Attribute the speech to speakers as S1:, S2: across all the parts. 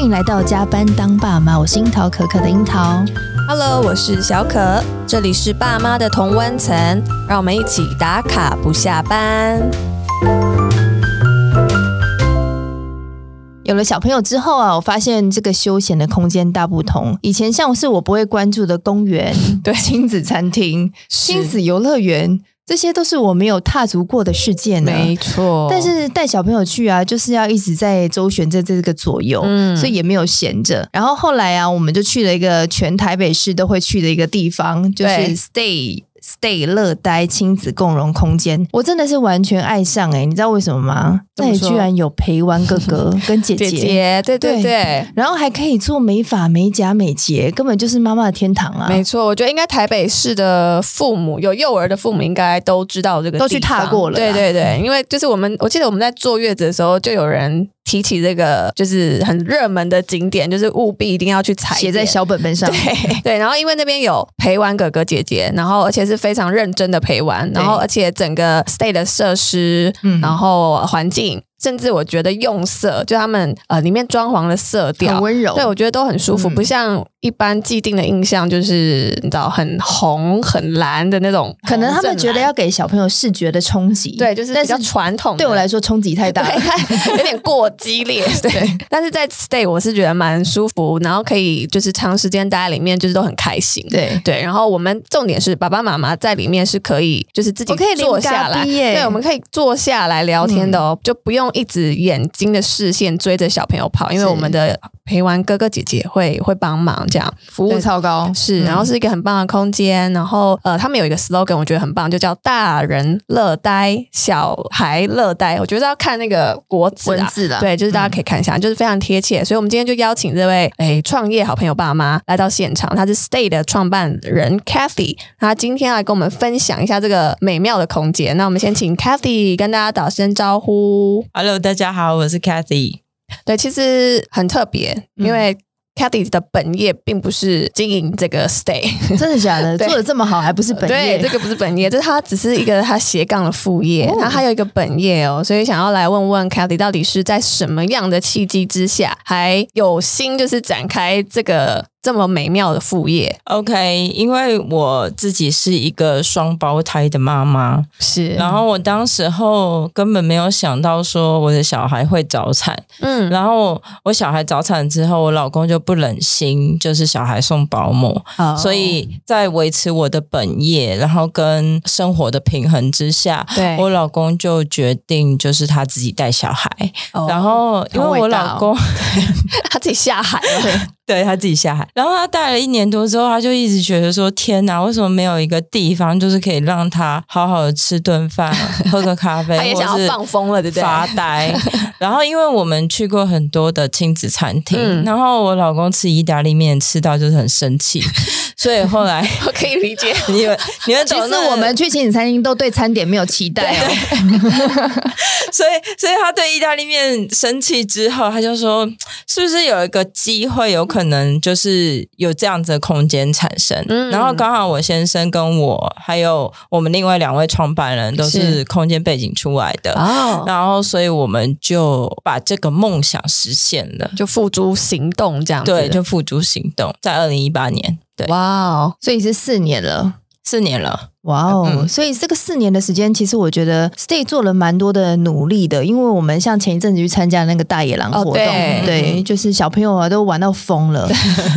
S1: 迎来到加班当爸妈，我是樱桃可可的樱桃。
S2: Hello，我是小可，这里是爸妈的同温层，让我们一起打卡不下班。
S1: 有了小朋友之后啊，我发现这个休闲的空间大不同。以前像是我不会关注的公园、
S2: 对
S1: 亲子餐厅、亲子游乐园，这些都是我没有踏足过的世界呢。
S2: 错
S1: 但是带小朋友去啊，就是要一直在周旋在这个左右，
S2: 嗯
S1: 所以也没有闲着。然后后来啊，我们就去了一个全台北市都会去的一个地方，就是
S2: 对
S1: Stay。Stay 乐呆亲子共融空间，我真的是完全爱上哎、你知道为什么吗？那
S2: 怎么
S1: 里
S2: 说
S1: 居然有陪玩哥 哥跟姐
S2: 姐
S1: 姐，
S2: 姐，对对
S1: 对
S2: 对，
S1: 然后还可以做美发、美甲、美睫，根本就是妈妈的天堂啊！
S2: 没错，我觉得应该台北市的父母有幼儿的父母应该都知道这个地
S1: 都
S2: 方，
S1: 去踏过了啦
S2: 对对对，因为就是我们，我记得我们在坐月子的时候，就有人提起这个，就是很热门的景点，就是务必一定要去踩
S1: 写
S2: 点
S1: 在小本本上，
S2: 对对，然后因为那边有陪玩哥哥姐姐，然后而且是非常认真的陪玩，然后而且整个 stay 的设施，
S1: 嗯
S2: 然后环境，甚至我觉得用色，就他们呃里面装潢的色
S1: 很
S2: 调。
S1: 温柔。
S2: 对，我觉得都很舒服，
S1: 嗯
S2: 不像一般既定的印象，就是你知道很红很蓝的那种。
S1: 可能他
S2: 红
S1: 们
S2: 正
S1: 觉得
S2: 蓝
S1: 要给小朋友视觉的冲击，
S2: 对，就是比
S1: 但
S2: 较
S1: 是
S2: 传统的。
S1: 对我来说冲击太大了。
S2: 对， 有点过 激烈。对，但是在 stay 我是觉得蛮舒服，然后可以就是长时间待在里面，就是都很开心。
S1: 对，
S2: 对，然后我们重点是爸爸妈妈在里面是可以就是自己
S1: 我可以零
S2: 坐下来，
S1: 咖喱耶嗯
S2: 对，我们可以坐下来聊天的哦，就不用一直眼睛的视线追着小朋友跑，因为
S1: 是
S2: 我们的陪玩哥哥姐姐会会帮忙这样。
S1: 服务嗯超高
S2: 是，然后是一个很棒的空间，然后呃，他们有一个 slogan，我觉得很棒，就叫“大人乐呆，小孩乐呆”。我觉得要看那个国字
S1: 文
S2: 啊，
S1: 字啦，
S2: 对，就是大家可以看一下，就是非常贴切。所以，我们今天就邀请这位诶创业好朋友爸妈来到现场，他是 Stay 的创办人 Kathy，他今天来跟我们分享一下这个美妙的空间。那我们先请 Kathy 跟大家打声招呼。
S3: Hello，大家好，我是 Cathy。
S2: 对，其实很特别，因为 Kathy 的本业并不是经营这个 Stay，
S1: 嗯 真的假的？
S2: 对
S1: 做的这么好，还不是本
S2: 对，这
S1: 业？
S2: 个不是本业，这是他只是一个他斜杠的副业，
S1: 哦
S2: 然后还有一个本业哦，所以想要来问问 Kathy 到底是在什么样的契机之下，还有心就是展开这个这么美妙的副业，
S3: OK，因为我自己是一个双胞胎的妈妈，
S2: 是，
S3: 然后我当时候根本没有想到说我的小孩会早产，
S2: 嗯，
S3: 然后我小孩早产之后，我老公就不忍心，就是小孩送保姆，
S2: 哦
S3: 所以在维持我的本业，然后跟生活的平衡之下，
S2: 对，
S3: 我老公就决定就是他自己带小孩，
S2: 哦
S3: 然后因为
S1: 好伟
S3: 我
S1: 大
S3: 老
S1: 哦
S3: 公。
S2: 他自己下海了，
S3: 对他自己下海，然后他带了一年多之后，他就一直觉得说：“天哪，为什么没有一个地方就是可以让他好好的吃顿饭、喝个咖啡，
S2: 他也想要
S3: 或是
S2: 放风了，对不对？啊
S3: 发呆。然后，因为我们去过很多的亲子餐厅，
S2: 嗯
S3: 然后我老公吃意大利面吃到就是很生 气，所以后来
S2: 我可以理解，
S3: 你们你们
S1: 其
S3: 懂
S1: 实
S3: 那个
S1: 我们去亲子餐厅都对餐点没有期待哦，
S3: 所以，所以他对意大利面生气之后，他就说：“是不是有一个机会，有可能就是有这样子的空间产生？”
S2: 嗯
S3: 然后刚好我先生跟我，还有我们另外两位创办人都
S2: 是
S3: 是空间背景出来的，
S2: 哦，
S3: 然后所以我们就把这个梦想实现了，
S2: 就付诸行动这样子，
S3: 对，就付诸行动，在二零一八年，对，
S2: 哇 哦，
S1: 所以是四年了。
S3: 四年了，
S1: 哇哦！
S3: 嗯
S1: 所以这个四年的时间，其实我觉得 Stay 做了蛮多的努力的，因为我们像前一阵子去参加那个大野狼活动，
S2: 哦对
S1: 对，就是小朋友啊都玩到疯了，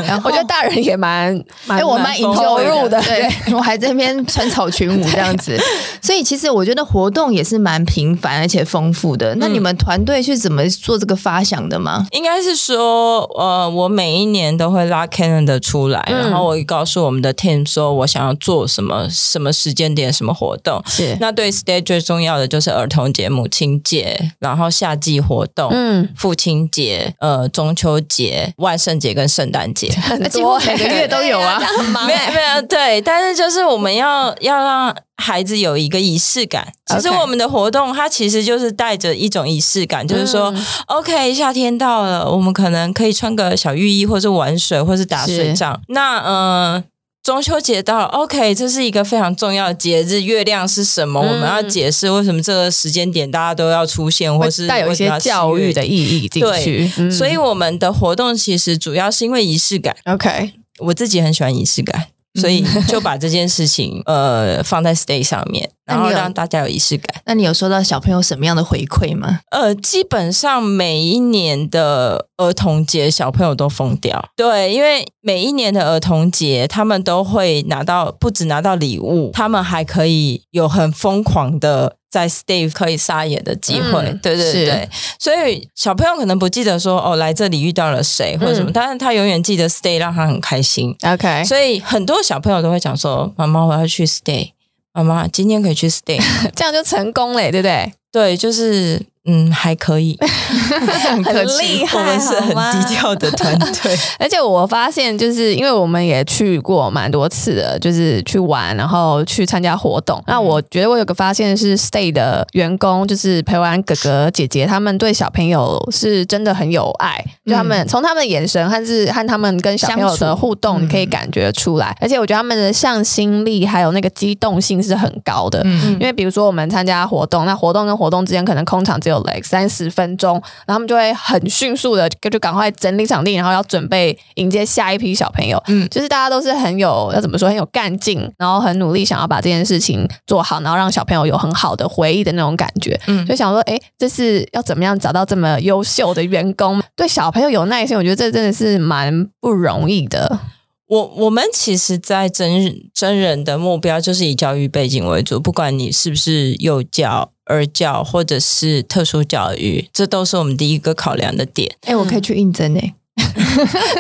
S1: 然后
S2: 我觉得大人也蛮，
S1: 哎、
S2: 蛮
S1: 我蛮
S2: 投
S1: enjoy
S2: 入的，
S1: 对， 我还在那边穿草裙舞这样 子，所以其实我觉得活动也是蛮频繁而且丰富的。
S3: 嗯
S1: 那你们团队是怎么做这个发想的吗？
S3: 应该是说，呃，我每一年都会拉 calendar 出来，
S2: 嗯
S3: 然后我告诉我们的 team 说我想要做什么、什么时间点、什么活动。
S2: 是，
S3: 那对 stay 最重要的就是儿童节、母亲节，然后夏季活动。
S2: 嗯，
S3: 父亲节、呃中秋节、万圣节跟圣诞节，
S2: 很
S1: 那几
S2: 多
S1: 乎每个
S2: 欸
S1: 月都有啊
S2: 对这样很忙
S3: 没
S2: 欸
S3: 有没有对，但是就是我们要要让孩子有一个仪式感。其实
S2: OK
S3: 我们的活动它其实就是带着一种仪式感，就是说、
S2: 嗯
S3: OK，夏天到了，我们可能可以穿个小浴衣，或是玩水，或是打水仗。那呃，中秋节到了，OK，这是一个非常重要的节日。月亮是什么？
S2: 嗯
S3: 我们要解释为什么这个时间点大家都要出现，或是
S2: 会带有一些教育的
S3: 意
S2: 意义进去
S3: 对，，
S2: 嗯
S3: 所以我们的活动其实主要是因为仪式感。
S2: OK
S3: 我自己很喜欢仪式感，
S2: 嗯
S3: 所以就把这件事情呃放在 stay 上 面，
S1: 那
S3: 然
S1: 你有
S3: 后让大家有仪式感。
S1: 那你有收到小朋友什么样的回馈吗？
S3: 呃，基本上每一年的儿童节，小朋友都疯掉。对，因为每一年的儿童节，他们都会拿到，不止拿到礼物，他们还可以有很疯狂的。在 stay 可以撒野的机会，
S2: 嗯
S3: 对对
S1: 是
S3: 对，所以小朋友可能不记得说哦来这里遇到了谁或者什么，
S2: 嗯哎
S3: 但是他永远记得 stay 让他很开心，
S2: OK，
S3: 所以很多小朋友都会讲说：“妈妈，我要去 stay。妈妈，今天可以去 stay。
S2: 这样就成功嘞，对不对？”
S3: 对，就是嗯，还可 以。
S1: 很客气
S2: 厉害
S3: 我们是
S2: 好吗
S3: 很低调的团队。
S2: 而且我发现，就是因为我们也去过蛮多次的，就是去玩，然后去参加活动。那我觉得我有个发现是，Stay 的员工就是陪玩哥哥姐姐，他们对小朋友是真的很有爱，就他们从他们的眼神和是和他们跟小朋友
S1: 相
S2: 的
S1: 处
S2: 互动，
S1: 嗯
S2: 你可以感觉出来。而且我觉得他们的向心力还有那个机动性是很高的。
S1: 嗯，
S2: 因为比如说我们参加活动，那活动跟活动之间可能空场只有 like 三十分钟，然后他们就会很迅速的就就赶快整理场地，然后要准备迎接下一批小朋友。
S3: 嗯
S2: 就是大家都是很有要怎么说很有干劲，然后很努力想要把这件事情做好，然后让小朋友有很好的回忆的那种感觉。
S3: 嗯
S2: 就想说，哎，这是要怎么样找到这么优秀的员工，对小朋友有耐心？我觉得这真的是蛮不容易的。
S3: 我我们其实，在真真人的目标就是以教育背景为主，不管你是不是幼教、儿教或者是特殊教育，这都是我们第一个考量的点。
S1: 哎、我可以去应征哎、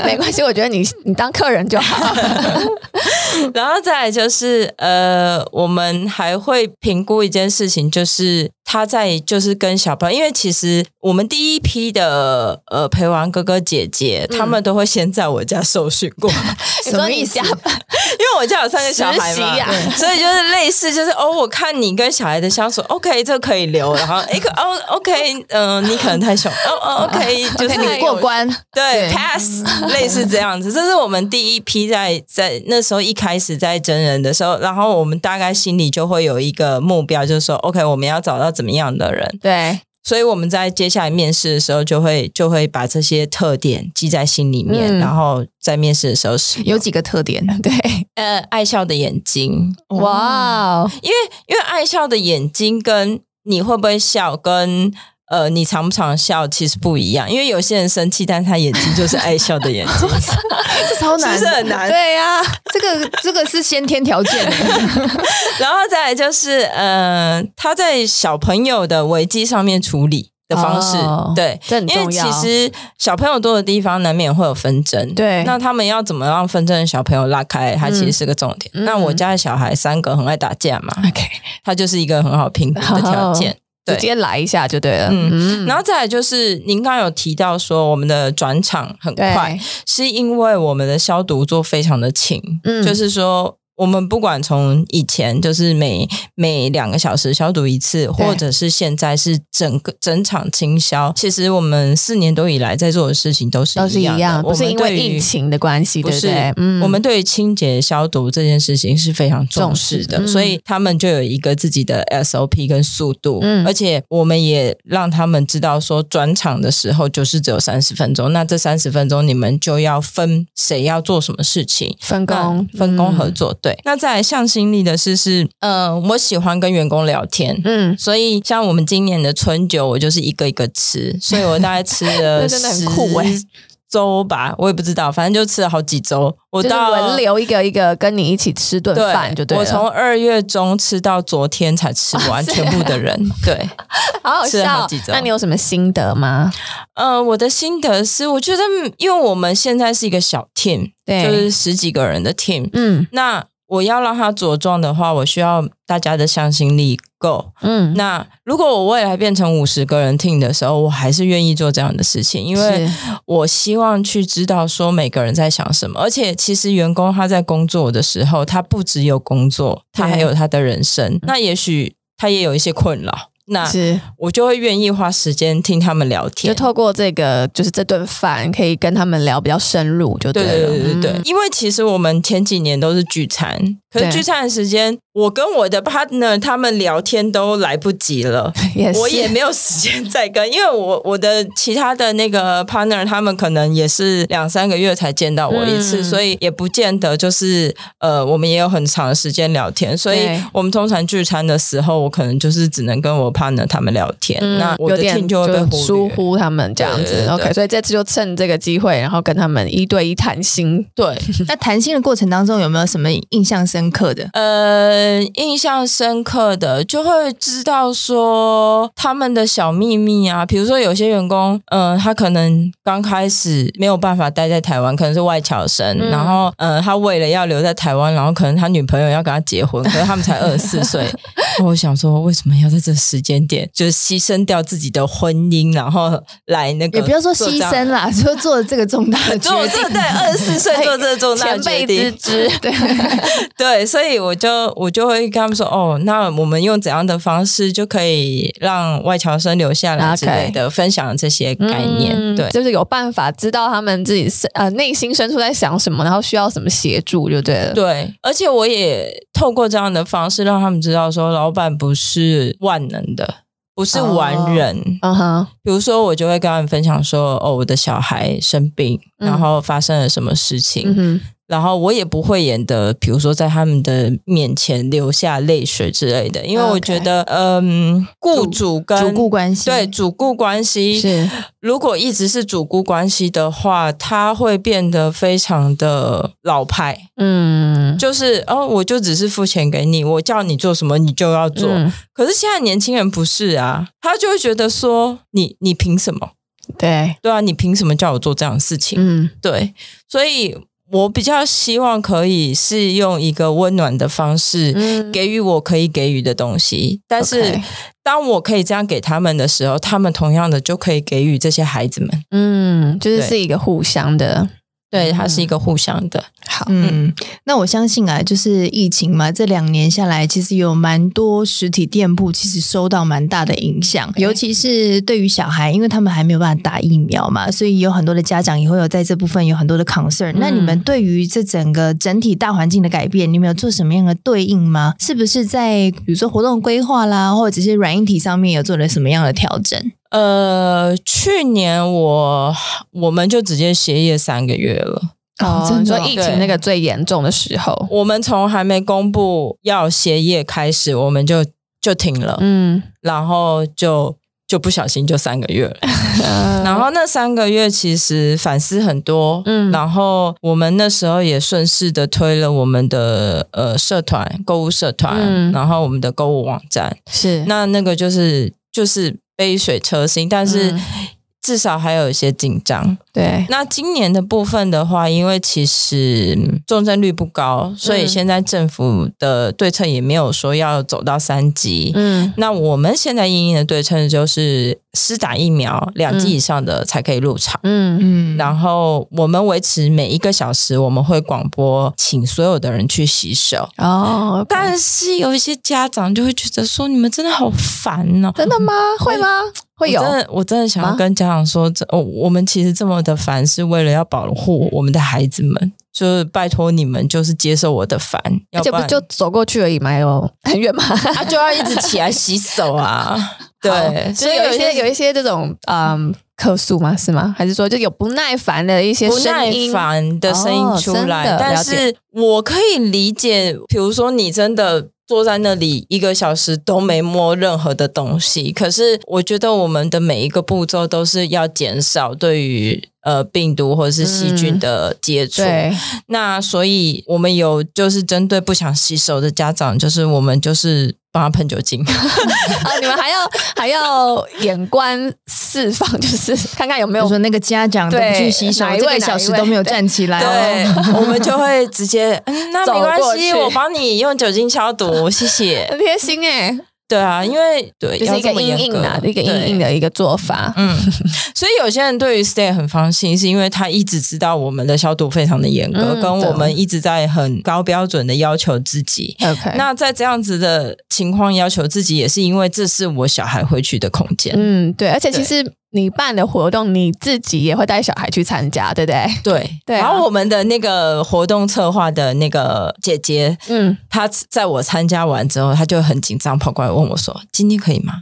S2: 没关系，我觉得你你当客人 就好。
S3: 然后再来就是，呃，我们还会评估一件事情，就是他在就是跟小朋友，因为其实我们第一批的呃陪玩哥哥姐姐，他们都会先在我家受训过，
S2: 你
S1: 什
S2: 说
S1: 么
S2: 你
S1: 意思
S2: 家
S3: 因为我家有三个小孩
S2: 实
S3: 嘛，
S2: 习啊
S3: 对所以就是类似就是哦，我看你跟小孩的相处，OK，这可以留，然后哎可哦 OK，嗯、你可能太凶，哦哦 OK，就是
S1: o k 你过关，
S3: 对
S1: 对
S3: pass 类似这样子，这是我们第一批在在那时候一开始在真人的时候，然后我们大概心里就会有一个目标，就是说 OK，我们要找到怎么样的人，
S2: 对。
S3: 所以我们在接下来面试的时候就会就会把这些特点记在心里
S2: 嗯
S3: 面，然后在面试的时候使
S1: 有
S3: 用。
S1: 几个特点？
S2: 对，
S3: 呃，爱笑的眼睛，
S2: 哇哦，
S3: 因为因为爱笑的眼睛跟你会不会笑跟。呃，你常不常笑其实不一样，因为有些人生气，但他眼睛就是爱笑的眼睛，
S1: 这超
S3: 是不
S1: 难
S3: 是
S1: 的，
S3: 很难？
S2: 对呀、
S1: 这个这个是先天条件、欸，
S3: 然后再来就是，呃，他在小朋友的危机上面处理的方式，
S2: 哦
S3: 对，
S2: 这很
S3: 因为
S2: 重
S3: 其
S2: 要。
S3: 实小朋友多的地方难免会有纷争，
S2: 对
S3: 那他们要怎么让纷争的小朋友拉开，它其实是个重点。
S2: 嗯
S3: 那我家的小孩三个很爱打架嘛，
S2: OK，
S3: 它就是一个很好评估的条件。对
S2: 直接来一下就对了。
S3: 嗯
S2: 嗯，
S3: 然后再来就是，您刚刚有提到说我们的转场很
S2: 对
S3: 快，是因为我们的消毒做非常的勤，
S2: 嗯
S3: 就是说。我们不管从以前就是每每两个小时消毒一次，或者是现在是整个整场清消，其实我们四年多以来在做的事情都是
S2: 都是一
S3: 样的。
S2: 样，
S3: 我
S2: 不是
S3: 们
S2: 因为
S3: 对于
S2: 疫情的关系，
S3: 不
S2: 对
S3: 是
S2: 对？嗯，
S3: 我们对于清洁消毒这件事情是非常重视的，
S2: 重视嗯
S3: 所以他们就有一个自己的 SOP 跟速度，
S2: 嗯
S3: 而且我们也让他们知道说转场的时候就是只有三十分钟，那这三十分钟你们就要分谁要做什么事情。
S2: 分工
S3: 那分工合
S2: 嗯
S3: 作，对。那再来向心力的是是，呃，我喜欢跟员工聊天，
S2: 嗯，
S3: 所以像我们今年的春酒，我就是一个一个吃，所以我大概 吃
S2: 那
S3: 了
S2: 真的很酷欸
S3: 10周吧，我也不知道，反正就吃了好几周。我
S2: 就是
S3: 到
S2: 轮流一个一个跟你一起吃顿饭就对
S3: 对，
S2: 了。
S3: 我从二月中吃到昨天才吃完全部的人。 对，
S2: 好好
S3: 吃了
S2: 笑
S3: 好几，周
S2: 那你有什么心得 吗？
S3: 呃，我的心得是，我觉得嗯因为我们现在是一个小 team，
S2: 对
S3: 就是十几个人的 team，
S2: 嗯
S3: 那我要让它茁壮的话，我需要大家的向心力够。
S2: 嗯，
S3: 那如果我未来变成五十个人听的时候，我还是愿意做这样的事情，因为
S2: 是
S3: 我希望去知道说每个人在想什么。而且，其实员工他在工作的时候，他不只有工作，他还有他的人生。那也许他也有一些困扰，那
S2: 嗯是
S3: 我就会愿意花时间听他们聊
S2: 就
S3: 天。
S2: 透过这个，就是这顿饭可以跟他们聊比较深入，就
S3: 对
S2: 了。
S3: 对对对对，
S2: 嗯
S3: 因为其实我们前几年都是聚餐，可
S2: 对
S3: 是聚餐的时间，我跟我的 partner 他们聊天都来不及了。
S2: 也是
S3: 我也没有时间再跟，因为我我的其他的那个 partner 他们可能也是两三个月才见到我一次，
S2: 嗯
S3: 所以也不见得就是呃，我们也有很长的时间聊天，所以
S2: 对
S3: 我们通常聚餐的时候，我可能就是只能跟我 partner 他们聊天，
S2: 嗯
S3: 那我
S2: 有
S3: 的
S2: 点
S3: team 就会被
S2: 就疏
S3: 忽略。
S2: 忽他们这样子
S3: 对对对
S2: o k 所以这次就趁这个机会，然后跟他们一对一谈心。
S3: 对，
S1: 那谈心的过程当中有没有什么印象深刻的？
S3: 呃，印象深刻的就会知道说他们的小秘密啊，比如说有些员工，嗯、他可能刚开始没有办法待在台湾，可能是外侨生，
S2: 嗯
S3: 然后嗯、呃他为了要留在台湾，然后可能他女朋友要跟他结婚，可是他们才二十 四岁，那我想说为什么要在这时间点就是牺牲掉自己的婚姻，然后来那个
S1: 也不要说
S3: 做这
S1: 牺
S3: 样。
S1: 牲啦，说做了这个重大的决
S3: 做这
S1: 定。
S3: 对二十四岁做这重大
S2: 前
S3: 的决
S2: 辈
S3: 定，
S2: 之知，对，
S3: 对，所以我就我就会跟他们说，哦，那我们用怎样的方式就可以让外侨生留下来
S2: OK
S3: 之类的分享这些概念，
S2: 嗯
S3: 对。
S2: 就是有办法知道他们自己是呃内心深处在想什么，然后需要什么协助就对了。
S3: 对，而且我也透过这样的方式让他们知道，说老板不是万能的，不是
S2: 哦
S3: 完人。
S2: 嗯哼，
S3: 比如说，我就会跟他们分享说，哦，我的小孩生病，
S2: 嗯
S3: 然后发生了什么事情，
S2: 嗯哼，
S3: 然后我也不会演的，比如说在他们的面前流下泪水之类的，因为
S2: OK
S3: 我觉得，嗯，雇主跟
S1: 主顾关系
S3: 对主顾关系，
S2: 是
S3: 如果一直是主顾关系的话，他会变得非常的老派，
S2: 嗯，
S3: 就是哦，我就只是付钱给你，我叫你做什么你就要做。
S2: 嗯
S3: 可是现在年轻人不是啊，他就会觉得说你你凭什么？
S2: 对，
S3: 对啊，你凭什么叫我做这样的事情？
S2: 嗯，
S3: 对，所以我比较希望可以是用一个温暖的方式。
S2: 嗯
S3: 给予我可以给予的东西，但是
S2: OK
S3: 当我可以这样给他们的时候，他们同样的就可以给予这些孩子们。
S2: 嗯，就是
S3: 对
S2: 是一个互相的，
S3: 对，它
S2: 嗯
S3: 是一个互相的。
S2: 好，
S1: 嗯，那我相信啊，就是疫情嘛，这两年下来，其实有蛮多实体店铺其实受到蛮大的影响，
S2: 对
S1: 尤其是对于小孩，因为他们还没有办法打疫苗嘛，所以有很多的家长也会有在这部分有很多的 concern、那你们对于这整个整体大环境的改变，你们有做什么样的对应吗？是不是在比如说活动规划啦，或者是软硬体上面有做了什么样的调整？
S3: 呃，去年我我们就直接歇业三个月了。
S1: 哦
S2: 你
S1: 真的
S2: 说
S1: 哦
S2: 疫情
S3: 对
S2: 那个最严重的时候，
S3: 我们从还没公布要歇业开始，我们就就停了，
S2: 嗯，
S3: 然后就就不小心就三个 月了。
S2: 然
S3: 然后那三个月其实反思很多，
S2: 嗯
S3: 嗯，然后我们那时候也顺势的推了我们的呃社团购物社团，
S2: 嗯
S3: 然后我们的购物网站，
S2: 是
S3: 那那个就是就是杯水车薪，但是
S2: 嗯
S3: 至少还有一些紧张。
S2: 对，
S3: 那今年的部分的话，因为其实嗯重症率不高，所以
S2: 嗯
S3: 现在政府的对策也没有说要走到三级，
S2: 嗯
S3: 那我们现在应应的对称就是施打疫苗两剂以上的才可以入场。
S2: 嗯
S1: 嗯
S3: 然后我们维持每一个小时，我们会广播请所有的人去洗手。
S2: 哦，
S3: 但是有一些家长就会觉得说，你们真的好烦哦。
S2: 真的 吗？会吗？会有
S3: 我真的，我真的想
S2: 啊
S3: 要跟家长说，这、哦、我们其实这么的烦，是为了要保护我们的孩子们。就是拜托你们，就是接受我的烦，要
S2: 而且不
S3: 然
S2: 哎就走过去而已嘛，有很远嘛。
S3: 他就 要一 直起来洗手啊。
S2: 好
S3: 对，
S2: 所以有一些有一些这种嗯客诉吗？是吗？还是说就有不耐烦的一些
S3: 不
S2: 声
S3: 耐
S2: 音？
S3: 烦的声
S2: 哦
S3: 音出
S2: 真
S3: 来，
S2: 的了
S3: 但
S2: 解
S3: 是我可以理解，比如说你真的坐在那里一个小时都没摸任何的东西，可是我觉得我们的每一个步骤都是要减少对于呃病毒或者是细菌的接触。
S2: 嗯 对，
S3: 那所以我们有就是针对不想洗手的家长，就是我们就是帮他喷 酒精。
S2: 啊，你们还要还要眼观四方， 就是看看有没
S1: 比如
S2: 有
S1: 说那个家长都不
S2: 对
S1: 去洗手
S2: 哪，一
S1: 这
S2: 位
S1: 个小时
S2: 哪一
S1: 都
S2: 位
S1: 没有站起来哦。
S3: 对，我们就会直接，嗯，那
S2: 哎走
S3: 没关
S2: 过
S3: 系，
S2: 去
S3: 我帮你用酒精消毒，谢谢。
S2: 很贴心哎、
S3: 对啊，因为对，
S2: 就是一个
S3: 要这么
S2: 阴
S3: 严
S2: 影
S3: 格
S2: 啊，一个阴影。
S3: 对
S2: 的一个做法。
S3: 嗯，所以有些人对于 stay 很放心，是因为他一直知道我们的消毒非常的严格，
S2: 嗯
S3: 跟
S2: 对
S3: 我们一直在很高标准的要求自己。
S2: OK，
S3: 嗯那在这样子的情况要求自己，也是因为这是我小孩会去的空间。
S2: 嗯，对，而且其
S3: 对
S2: 实你办的活动，你自己也会带小孩去参加，对不对？
S3: 对
S2: 对啊
S3: 然后我们的那个活动策划的那个姐姐，
S2: 嗯，
S3: 她在我参加完之后，她就很紧张，跑过来问我说：“今天可以 吗？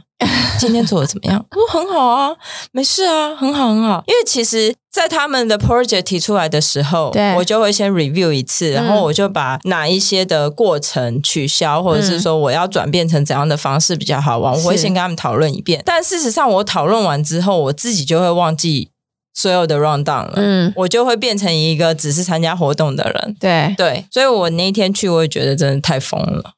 S3: 今天做的怎么样？”我说：“很好啊，没事啊，很好很 好。”因为其实，在他们的 project 提出来的时候
S2: 对，嗯
S3: 我就会先 review 一次，然后我就把哪一些的过程取消，或者是说我要转变成怎样的方式比较好玩，我
S2: 嗯
S3: 会
S2: 是
S3: 先跟他们讨论一遍。但事实上，我讨论完之后，我自己就会忘记所有的 round down 了。
S2: 嗯，
S3: 我就会变成一个只是参加活动的人。
S2: 对，
S3: 对，所以我那一天去，我也觉得真的太疯了。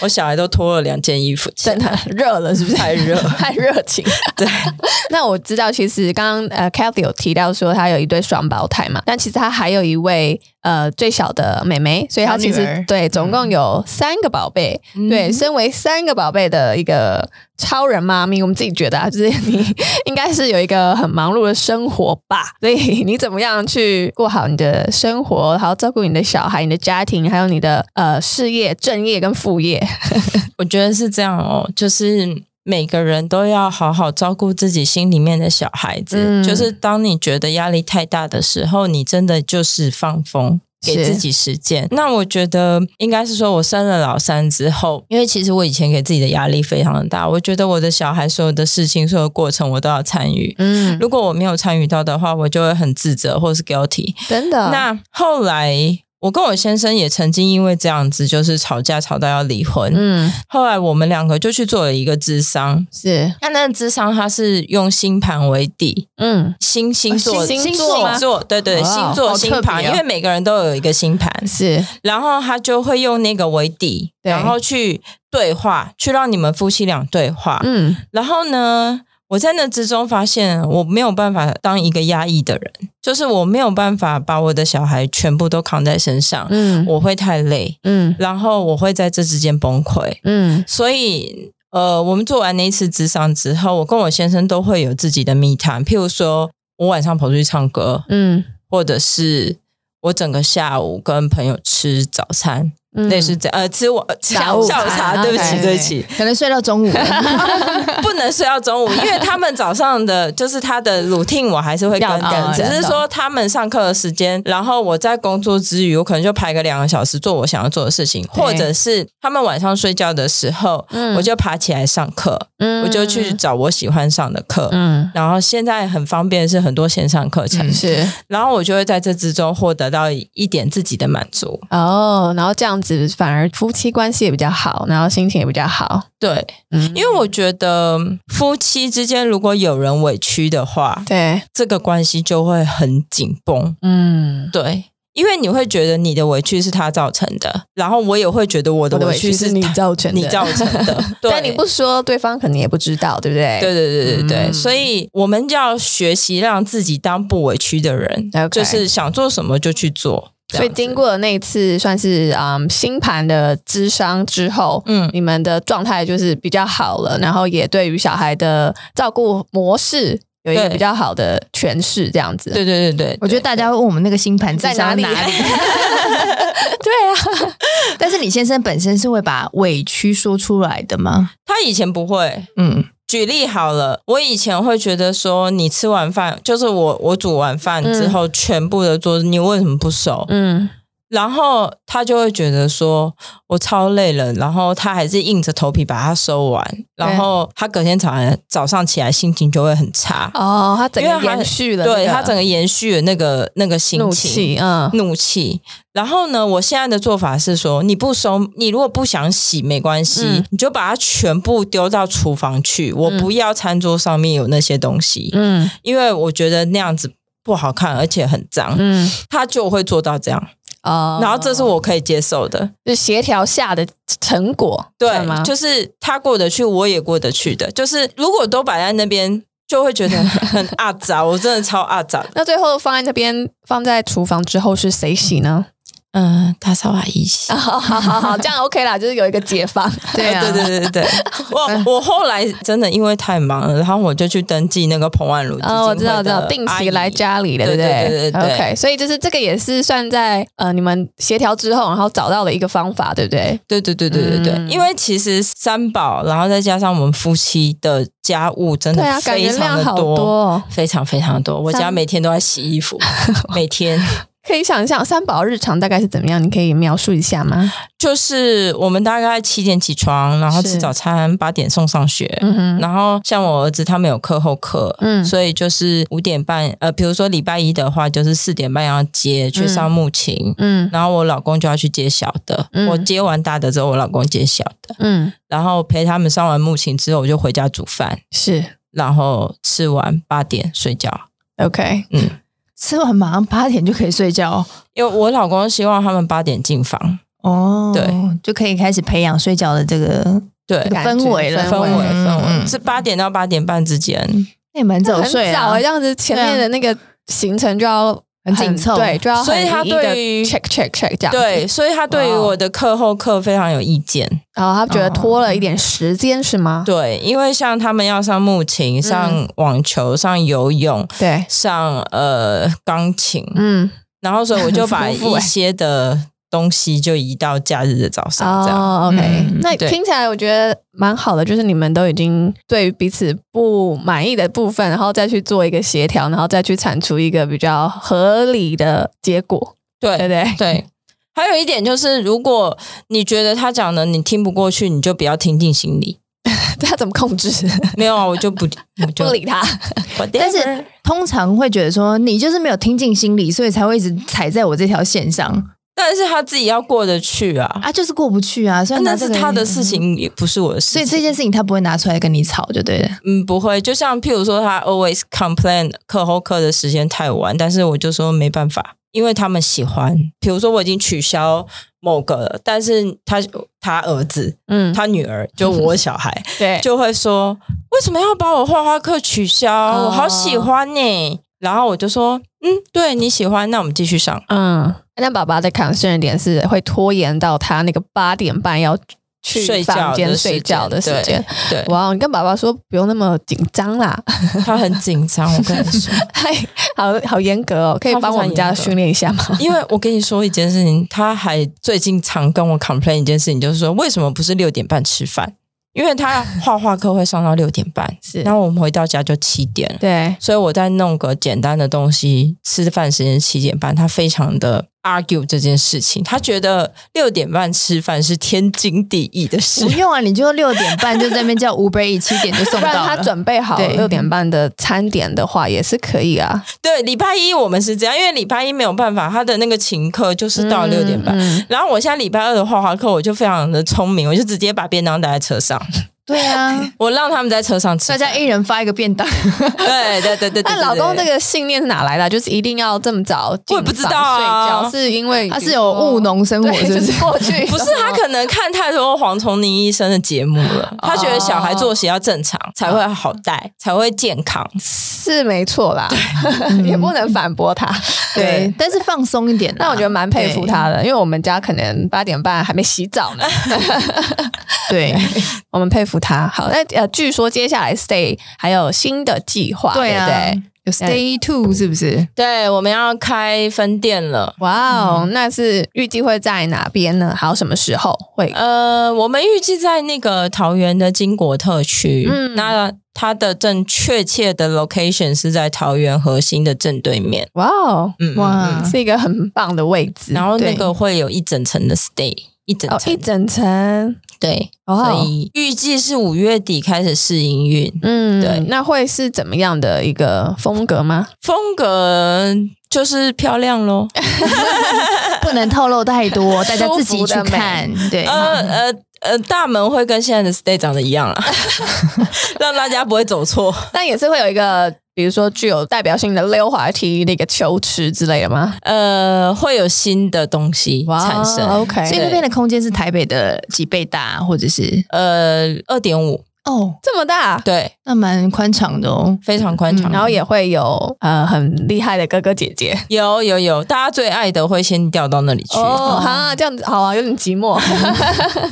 S3: 我小孩都脱了两件衣服起来，
S2: 真的热了，是不是？
S3: 太热
S2: 太热情。
S3: 对，
S2: 那我知道，其实刚刚呃 c a t h y 有提到说她有一对双胞胎嘛，但其实她还有一位呃最小的妹妹，所以她
S1: 小女
S2: 其实
S1: 儿
S2: 对总共有三个宝贝。
S3: 嗯
S2: 对，身为三个宝贝的一个超人妈咪，我们自己觉得啊，就是你应该是有一个很忙碌的生活吧， 所以你怎么样去过好你的生活，然后照顾你的小孩、你的家庭，还有你的呃事业、正业跟副业。
S3: 我觉得是这样哦，就是。每个人都要好好照顾自己心里面的小孩子，
S2: 嗯
S3: 就是当你觉得压力太大的时候，你真的就是放风，给
S2: 是
S3: 自己时间。那我觉得应该是说，我生了老三之后，因为其实我以前给自己的压力非常的大，我觉得我的小孩所有的事情、所有的过程我都要参与，
S2: 嗯，
S3: 如果我没有参与到的话，我就会很自责或是 guilty。
S2: 真的。
S3: 那后来。我跟我先生也曾经因为这样子，就是吵架吵到要离婚。
S2: 嗯
S3: 后来我们两个就去做了一个智商，
S2: 是
S3: 那那个智商它是用星盘为底，
S2: 嗯
S3: 星星座、
S2: 星
S1: 星
S2: 座吗啊
S3: 星座，对对，
S1: 哇
S3: 星座
S1: 好
S3: 星
S1: 特别
S3: 盘，
S1: 哦
S3: 因为每个人都有一个星盘，
S2: 是
S3: 然后他就会用那个为底，
S2: 对
S3: 然后去对话，去让你们夫妻俩对话。
S2: 嗯
S3: 然后呢，我在那之中发现我没有办法当一个压抑的人，就是我没有办法把我的小孩全部都扛在身上，
S2: 嗯
S3: 我会太累，
S2: 嗯
S3: 然后我会在这之间崩溃。
S2: 嗯
S3: 所以，呃，我们做完那一次智商之后，我跟我先生都会有自己的密谈，譬如说我晚上跑出去唱歌，
S2: 嗯
S3: 或者是。我整个下午跟朋友吃早餐，
S2: 嗯，
S3: 类似这样呃吃我
S2: 下
S3: 下
S2: 午
S3: 午
S2: 茶
S3: 茶，对不起
S2: OK
S3: 对不起，
S1: 可能睡到中午了，
S3: 不能睡到中午，因为他们早上的就是他的 routine 我还是会跟
S2: 要
S3: 跟，
S2: 跟
S3: 只是说他们上课的时间，然后我在工作之余，我可能就排个两个小时做我想要做的事情，或者是他们晚上睡觉的时候，
S2: 嗯
S3: 我就爬起来上课，
S2: 嗯
S3: 我就去找我喜欢上的课。
S2: 嗯
S3: 然后现在很方便是很多线上课程，
S2: 是
S3: 然后我就会在这之中获得到一点自己的满足。
S2: 哦，然后这样子反而夫妻关系也比较好，然后心情也比较好。
S3: 对，
S2: 嗯，
S3: 因为我觉得夫妻之间如果有人委屈的话，
S2: 对，
S3: 这个关系就会很紧绷。
S2: 嗯，
S3: 对，因为你会觉得你的委屈是他造成的，然后我也会觉得我的
S2: 我的
S3: 委
S2: 委屈
S3: 屈
S2: 是
S3: 是
S2: 你
S3: 他
S2: 造成的，。
S3: 你造成的
S2: 但你不说，对方可能也不知道，对不对？
S3: 对。对对对对，
S2: 嗯
S3: 所以我们要学习让自己当不委屈的人
S2: OK
S3: 就是想做什么就去做。这
S2: 所
S3: 样
S2: 以经过那一次算是嗯星盘的智商之后，
S3: 嗯
S2: 你们的状态就是比较好了，然后也对于小孩的照顾模式有一个
S3: 对
S2: 比较好的诠释，这样子。
S3: 对对对对，
S1: 我觉得大家会问我们那个星盘
S2: 在
S1: 智商
S2: 哪里
S1: 哪里，
S2: 对啊，
S1: 但是李先生本身是会把委屈说出来的吗？
S3: 他以前不会。
S1: 嗯，
S3: 举例好了，我以前会觉得说，你吃完饭，就是我我煮完饭之后，全部的桌子你为什么不收？
S2: 嗯，
S3: 然后他就会觉得说我超累了，然后他还是硬着头皮把它收完，然后他隔天早上早上起来心情就会很差，
S2: 哦，他整
S3: 因
S2: 个
S3: 为他
S2: 延续了那个、
S3: 对他整个延续了那个那个心
S2: 怒
S3: 情。
S2: 气，嗯
S3: 怒气，然后呢？我现在的做法是说，你不收，你如果不想洗没关系，
S2: 嗯
S3: 你就把它全部丢到厨房去。我不要餐桌上面有那些东西，
S2: 嗯
S3: 因为我觉得那样子不好看，而且很脏。
S2: 嗯，
S3: 他就会做到这样，
S2: 哦，
S3: 然后这是我可以接受的。
S2: 就协调下的成果，
S3: 对
S2: 吗？
S3: 就是他过得去，我也过得去的。就是如果都摆在那边，就会 觉得很阿杂，我真的超阿杂的。
S2: 那最后放在那边，放在厨房之后是谁洗呢？
S3: 嗯，打扫阿姨 洗。
S2: 好好好好，这样 OK 啦，就是有一个解放。
S1: 对 啊，
S3: 啊对对对对对，
S2: 嗯
S3: 我我后来真的因为太忙了，然后我就去登记那个彭万如基金
S2: 啊，
S3: 会
S2: 我知道，我知道，
S3: 的
S2: 定
S3: 阿
S2: 期
S3: 姨
S2: 来家里的，
S3: 对
S2: 不
S3: 对对对对
S2: OK，所以就是这个也是算在呃你们协调之后，然后找到了一个方法，对不对？
S3: 对对对对对对，
S2: 嗯
S3: 因为其实三宝，然后再加上我们夫妻的家务，真
S2: 对啊，
S3: 的
S2: 感
S3: 嗯非
S2: 觉
S3: 常
S2: 量
S3: 的
S2: 好多哦，
S3: 非常非常多。我家
S2: 三
S3: 每天都在洗 衣服，每天
S2: 可以想象三宝日常大概是怎么样，你可以描述一下吗？
S3: 就是我们大概七点起床，然后
S2: 是
S3: 吃早餐，八点送上学。
S2: 嗯哼，
S3: 然后像我儿子他们有课后课，
S2: 嗯
S3: 所以就是五点半，呃，比如说礼拜一的话，就是四点半要接去上木琴，
S2: 嗯
S3: 然后我老公就要去接小的，
S2: 嗯
S3: 我接完大的之后，我老公接小的，
S2: 嗯，
S3: 然后陪他们上完木琴之后，我就回家煮饭，
S2: 是
S3: 然后吃完八点睡觉。
S2: OK，
S3: 嗯，
S1: 吃完马上八点就可以睡觉哦
S3: 因为我老公希望他们八点进房，
S1: 哦，
S3: 对，
S1: 就可以开始培养睡觉的这个
S3: 对，
S1: 这个
S2: 感觉
S1: 氛围了，
S3: 氛围
S1: 嗯
S3: 氛围
S1: 嗯
S3: 是八点到八点半之间，
S1: 那也蛮早
S2: 很
S1: 睡
S2: 早
S1: 啊
S2: 欸这，样子前面的那个行程就要
S1: 很紧凑
S2: 对，就要很
S3: 所以他
S2: 一一地
S3: 对于
S2: check check check 这样子，
S3: 对，所以他对于
S2: 哇
S3: 我的课后课非常有意见。
S2: 然后他
S3: 哦
S2: 觉得拖了一点时间是吗？
S3: 对，因为像他们要上木琴、上网球、上游泳、
S2: 对，
S3: 上呃钢琴，
S2: 嗯，
S3: 然后所以我就把
S2: 很丰富欸
S3: 一些的东西就移到假日的早上这样。
S2: 哦，OK，
S1: 嗯
S2: 那
S3: 对
S2: 听起来我觉得蛮好的，就是你们都已经对于彼此不满意的部分，然后再去做一个协调，然后再去产出一个比较合理的结果，
S3: 对
S2: 对不对？
S3: 对，还有一点就是，如果你觉得他讲的你听不过去，你就不要听进心里。
S2: 他怎么控制？
S3: 没有啊，我就不，我就
S2: 不理 他，
S3: whatever。
S1: 但
S2: 哎
S1: 是通常会觉得说你就是没有听进心里，所以才会一直踩在我这条线上
S3: 但是他自己要过得去啊，
S1: 啊，就是过不去啊。虽然拿
S3: 那
S1: 这
S3: 是
S1: 个
S3: 他的事，
S1: 嗯
S3: 情，也不是我的事
S1: 所以
S3: 情。
S1: 这件事情他不会拿出来跟你吵，就对了。
S3: 嗯，不会，就像譬如说，他 always complain 课后课的时间太晚，但是我就说没办法，因为他们喜欢。比如说我已经取消某个了，但是他他儿子、
S2: 嗯，
S3: 他女儿，就我小孩，
S2: 对，
S3: 就会说为什么要把我画画课取消？我好
S2: 哦
S3: 喜欢呢、然后我就说，嗯，对你喜欢，那我们继续上。
S2: 嗯，那爸爸的 concern 点是会拖延到他那个八点半要去
S3: 睡觉
S2: 房间
S3: 的
S2: 睡
S3: 时
S2: 觉的时
S3: 间
S2: 间。
S3: 对
S2: 哇，你跟爸爸说不用那么紧张啦，
S3: 他很紧张，我跟你说，
S2: 嗨，好好严格哦，可以
S3: 他非
S2: 帮我
S3: 常
S2: 们家
S3: 严格
S2: 训练一下吗？
S3: 因为我跟你说一件事情，他还最近常跟我 complain 一件事情，就是说为什么不是六点半吃饭？因为他画画课会上到六点半，
S2: 是
S3: 然后我们回到家就七点了，
S2: 对，
S3: 所以我再弄个简单的东西，吃饭时间七点半，他非常的 argue 这件事情，他觉得六点半吃饭是天经地义的事
S1: 不。用啊，你就六点半就在那边叫 Uber E，七点就送
S2: 不
S1: 到
S2: 然
S1: 了。
S2: 他准备好
S1: 对
S2: 六点半的餐点的话，也是可以啊。
S3: 对，礼拜一我们是这样，因为礼拜一没有办法，他的那个琴课就是到六点半。
S2: 嗯嗯
S3: 然后我现在礼拜二的画画课，我就非常的聪明，我就直接把便当带在车上。
S1: 对啊，
S3: 我让他们在车上吃
S1: 大
S3: 饭。
S1: 家一人发一个便当，
S3: 对对对对对
S2: 那
S3: 对
S2: 老公这
S3: 对
S2: 个信念是哪来的啊？就是一定要这么早进
S3: 我也不知道
S2: 房睡
S3: 啊
S2: 觉，是因为
S1: 他是有务农生活，
S2: 对，
S1: 是
S2: 就
S1: 不是
S2: 是？过去
S3: 不是他可能看太多黄崇宁医生的节目了，他觉得小孩作息要正常才会好带，才会健康。
S2: 是没错啦， 也不能反驳他。
S1: 对，但是放松一点啦。
S2: 但我觉得蛮佩服他的，因为我们家可能八点半还没洗澡呢，
S1: 对，对
S2: 我们佩服他。好，那呃，据说接下来 stay 还有新的计划，对
S1: 对
S2: 不
S1: 啊
S2: 对？，
S1: 有 Stay Two 是不是？
S3: 对，我们要开分店了。
S2: 哇哦，那是预计会在哪边呢？还有什么时候会？
S3: 呃，我们预计在那个桃园的金国特区，
S2: 嗯
S3: 那它的正确切的 location 是在桃园核心的正对面。
S2: 哇哦，
S3: 嗯，哇
S1: 哇，
S2: 是一个很棒的位置。
S3: 然后那
S1: 对
S3: 个会有一整层的 stay，一整
S2: 哦，
S3: 层、
S2: 一整层，
S3: 对，
S2: 哦
S3: 所以预计是五月底开始试营运。
S2: 嗯，
S3: 对
S2: 那会是怎么样的一个风格 吗？
S3: 风格就是漂亮咯。
S1: 不能透露太多，大家自己
S2: 舒服
S1: 去
S2: 的美
S1: 看。对，
S3: 呃呃呃，大门会跟现在的 stay 长得一样啦，让大家不会走错。
S2: 那也是会有一个，比如说具有代表性的溜滑梯那个球池之类的吗？
S3: 呃，会有新的东西产生。
S2: 哇，OK，
S1: 所以那边的空间是台北的几倍大，或者是
S3: 呃，二点五，
S1: 哦，
S2: 这么大，
S3: 对，
S1: 那蛮宽敞的哦。
S3: 非常宽敞。
S1: 嗯
S2: 然后也会有呃很厉害的哥哥姐姐
S3: 有有有，大家最爱的会先调到那里去。
S2: 哦，哈，这样子好啊，有点寂 寞。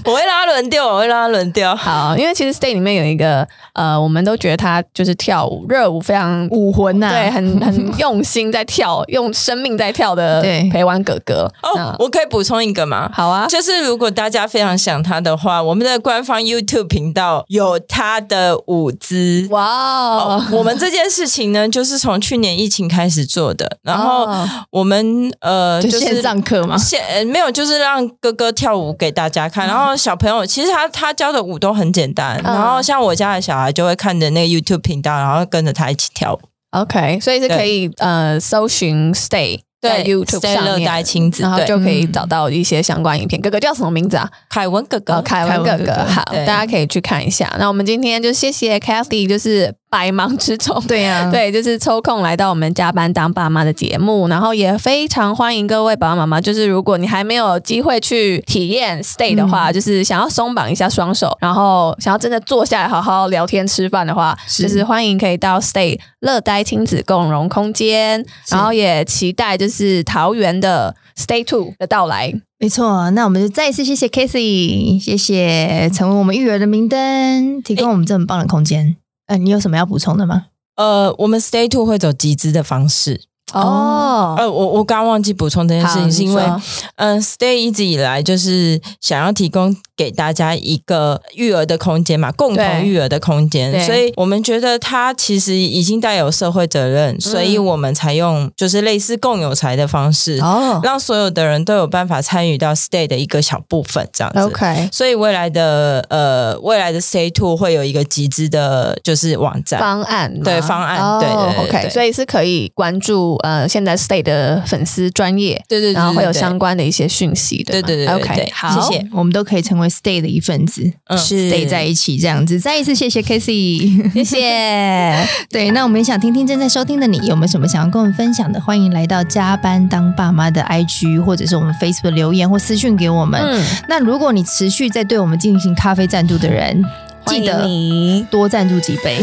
S3: 我会拉轮调，我会拉轮调。
S2: 好，因为其实 Stay 里面有一个呃，我们都觉得他就是跳舞热舞非常
S1: 武魂呐、
S2: 对， 很很用心在跳，用生命在跳的
S1: 对
S2: 陪玩哥哥。
S3: 哦，我可以补充一个吗？
S2: 好啊，
S3: 就是如果大家非常想他的话，我们的官方 YouTube 频道有他的舞姿。
S2: 哇哦
S3: 哦，，我们这件事情呢，就是从去年疫情开始做的，然后
S2: 哦
S3: 我们呃，
S1: 就
S3: 就是
S1: 线上课嘛。
S3: 现呃没有，就是让哥哥跳舞给大家
S2: 哦
S3: 看，然后小朋友其实他他教的舞都很简单，
S2: 嗯
S3: 然后像我家的小孩就会看着那个 YouTube 频道，然后跟着他一起跳舞。
S2: OK，所以是可以呃搜寻 Stay 在
S3: 对
S2: YouTube
S3: Stay
S2: 上
S3: 乐呆
S2: 面。
S3: 亲子，
S2: 然后
S3: 对，
S2: 就可以
S1: 嗯
S2: 找到一些相关影片。哥哥叫什么名字啊？
S3: 凯文哥
S2: 呃，
S3: 哥，
S2: 凯
S1: 哦凯
S2: 文
S1: 文
S2: 哥
S1: 哥
S2: 哥。
S1: 哥
S2: 好，
S3: 对
S2: 大家可以去看一下。那我们今天就谢谢 Kathy，就是百忙之中，
S1: 对呀、
S2: 对，就是抽空来到我们加班当爸妈的节目，然后也非常欢迎各位爸爸妈妈。就是如果你还没有机会去体验 stay 的
S1: 嗯
S2: 话，就是想要松绑一下双手，然后想要真的坐下来好好聊天吃饭的话，
S1: 是
S2: 就是欢迎可以到 stay 乐呆亲子共融空间，
S1: 是
S2: 然后也期待就是桃园的 stay two 的到来。
S1: 没错。那我们就再一次谢谢 k a s e y 谢谢成为我们育儿的明灯，提供我们这么棒的空间。嗯、你有什么要补充的吗？
S3: 呃，我们 Stay Two 会走集资的方式。
S2: 哦，
S3: 呃，我我刚刚忘记补充这件事
S2: 好
S3: 情，是因为
S2: 你说
S3: 嗯、s t a y 一直以来就是想要提供给大家一个育儿的空间嘛，共
S2: 对
S3: 同育儿的空
S2: 对
S3: 间，所以我们觉得它其实已经带有社会责任，所以我们才用就是类似共有财的方式，
S2: 嗯哦
S3: 让所有的人都有办法参与到 Stay 的一个小部分，这样子。
S2: ，OK，
S3: 所以未来的呃，未来的 Stay Two 会有一个集资的，就是网站。
S2: 方案吗，
S3: 对方案
S2: 哦
S3: 对对对
S2: o k
S3: 对
S2: 所以是可以关注呃现在 Stay 的粉丝专业，
S3: 对对对，
S2: 然后会有
S3: 对
S2: 相关的一些讯息的
S3: 对
S2: 嘛，
S3: 对对对
S2: o k
S3: 对
S2: 好，
S3: 谢谢，
S1: 我们都可以成为 Stay 的一份子、
S3: 嗯
S1: 是 Stay 在一起这样子。再一次谢谢 k a s e y
S2: 谢 谢，
S1: 对，那我们也想听听正在收听的你有没有什么想要跟我们分享的？欢迎来到加班当爸妈的 IG 或者是我们 Facebook 留言或私讯给我们。
S2: 嗯，
S1: 那如果你持续在对我们进行咖啡赞助的人，记
S2: 欢迎
S1: 得
S2: 你，
S1: 多赞助几 杯。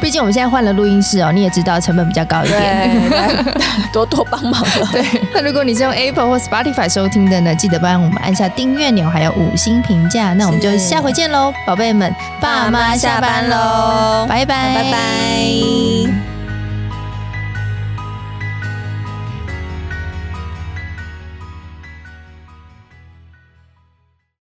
S1: 毕竟我们现在换了录音室哦，你也知道成本比较高一
S2: 对
S1: 点。
S2: 对， 多多帮忙 了，对，
S1: 那如果你是用 Apple 或 Spotify 收听的呢，记得帮我们按下订阅钮，还有五星评价。那我们就下回见喽，宝贝们，爸妈下班喽，拜拜，
S2: 拜拜。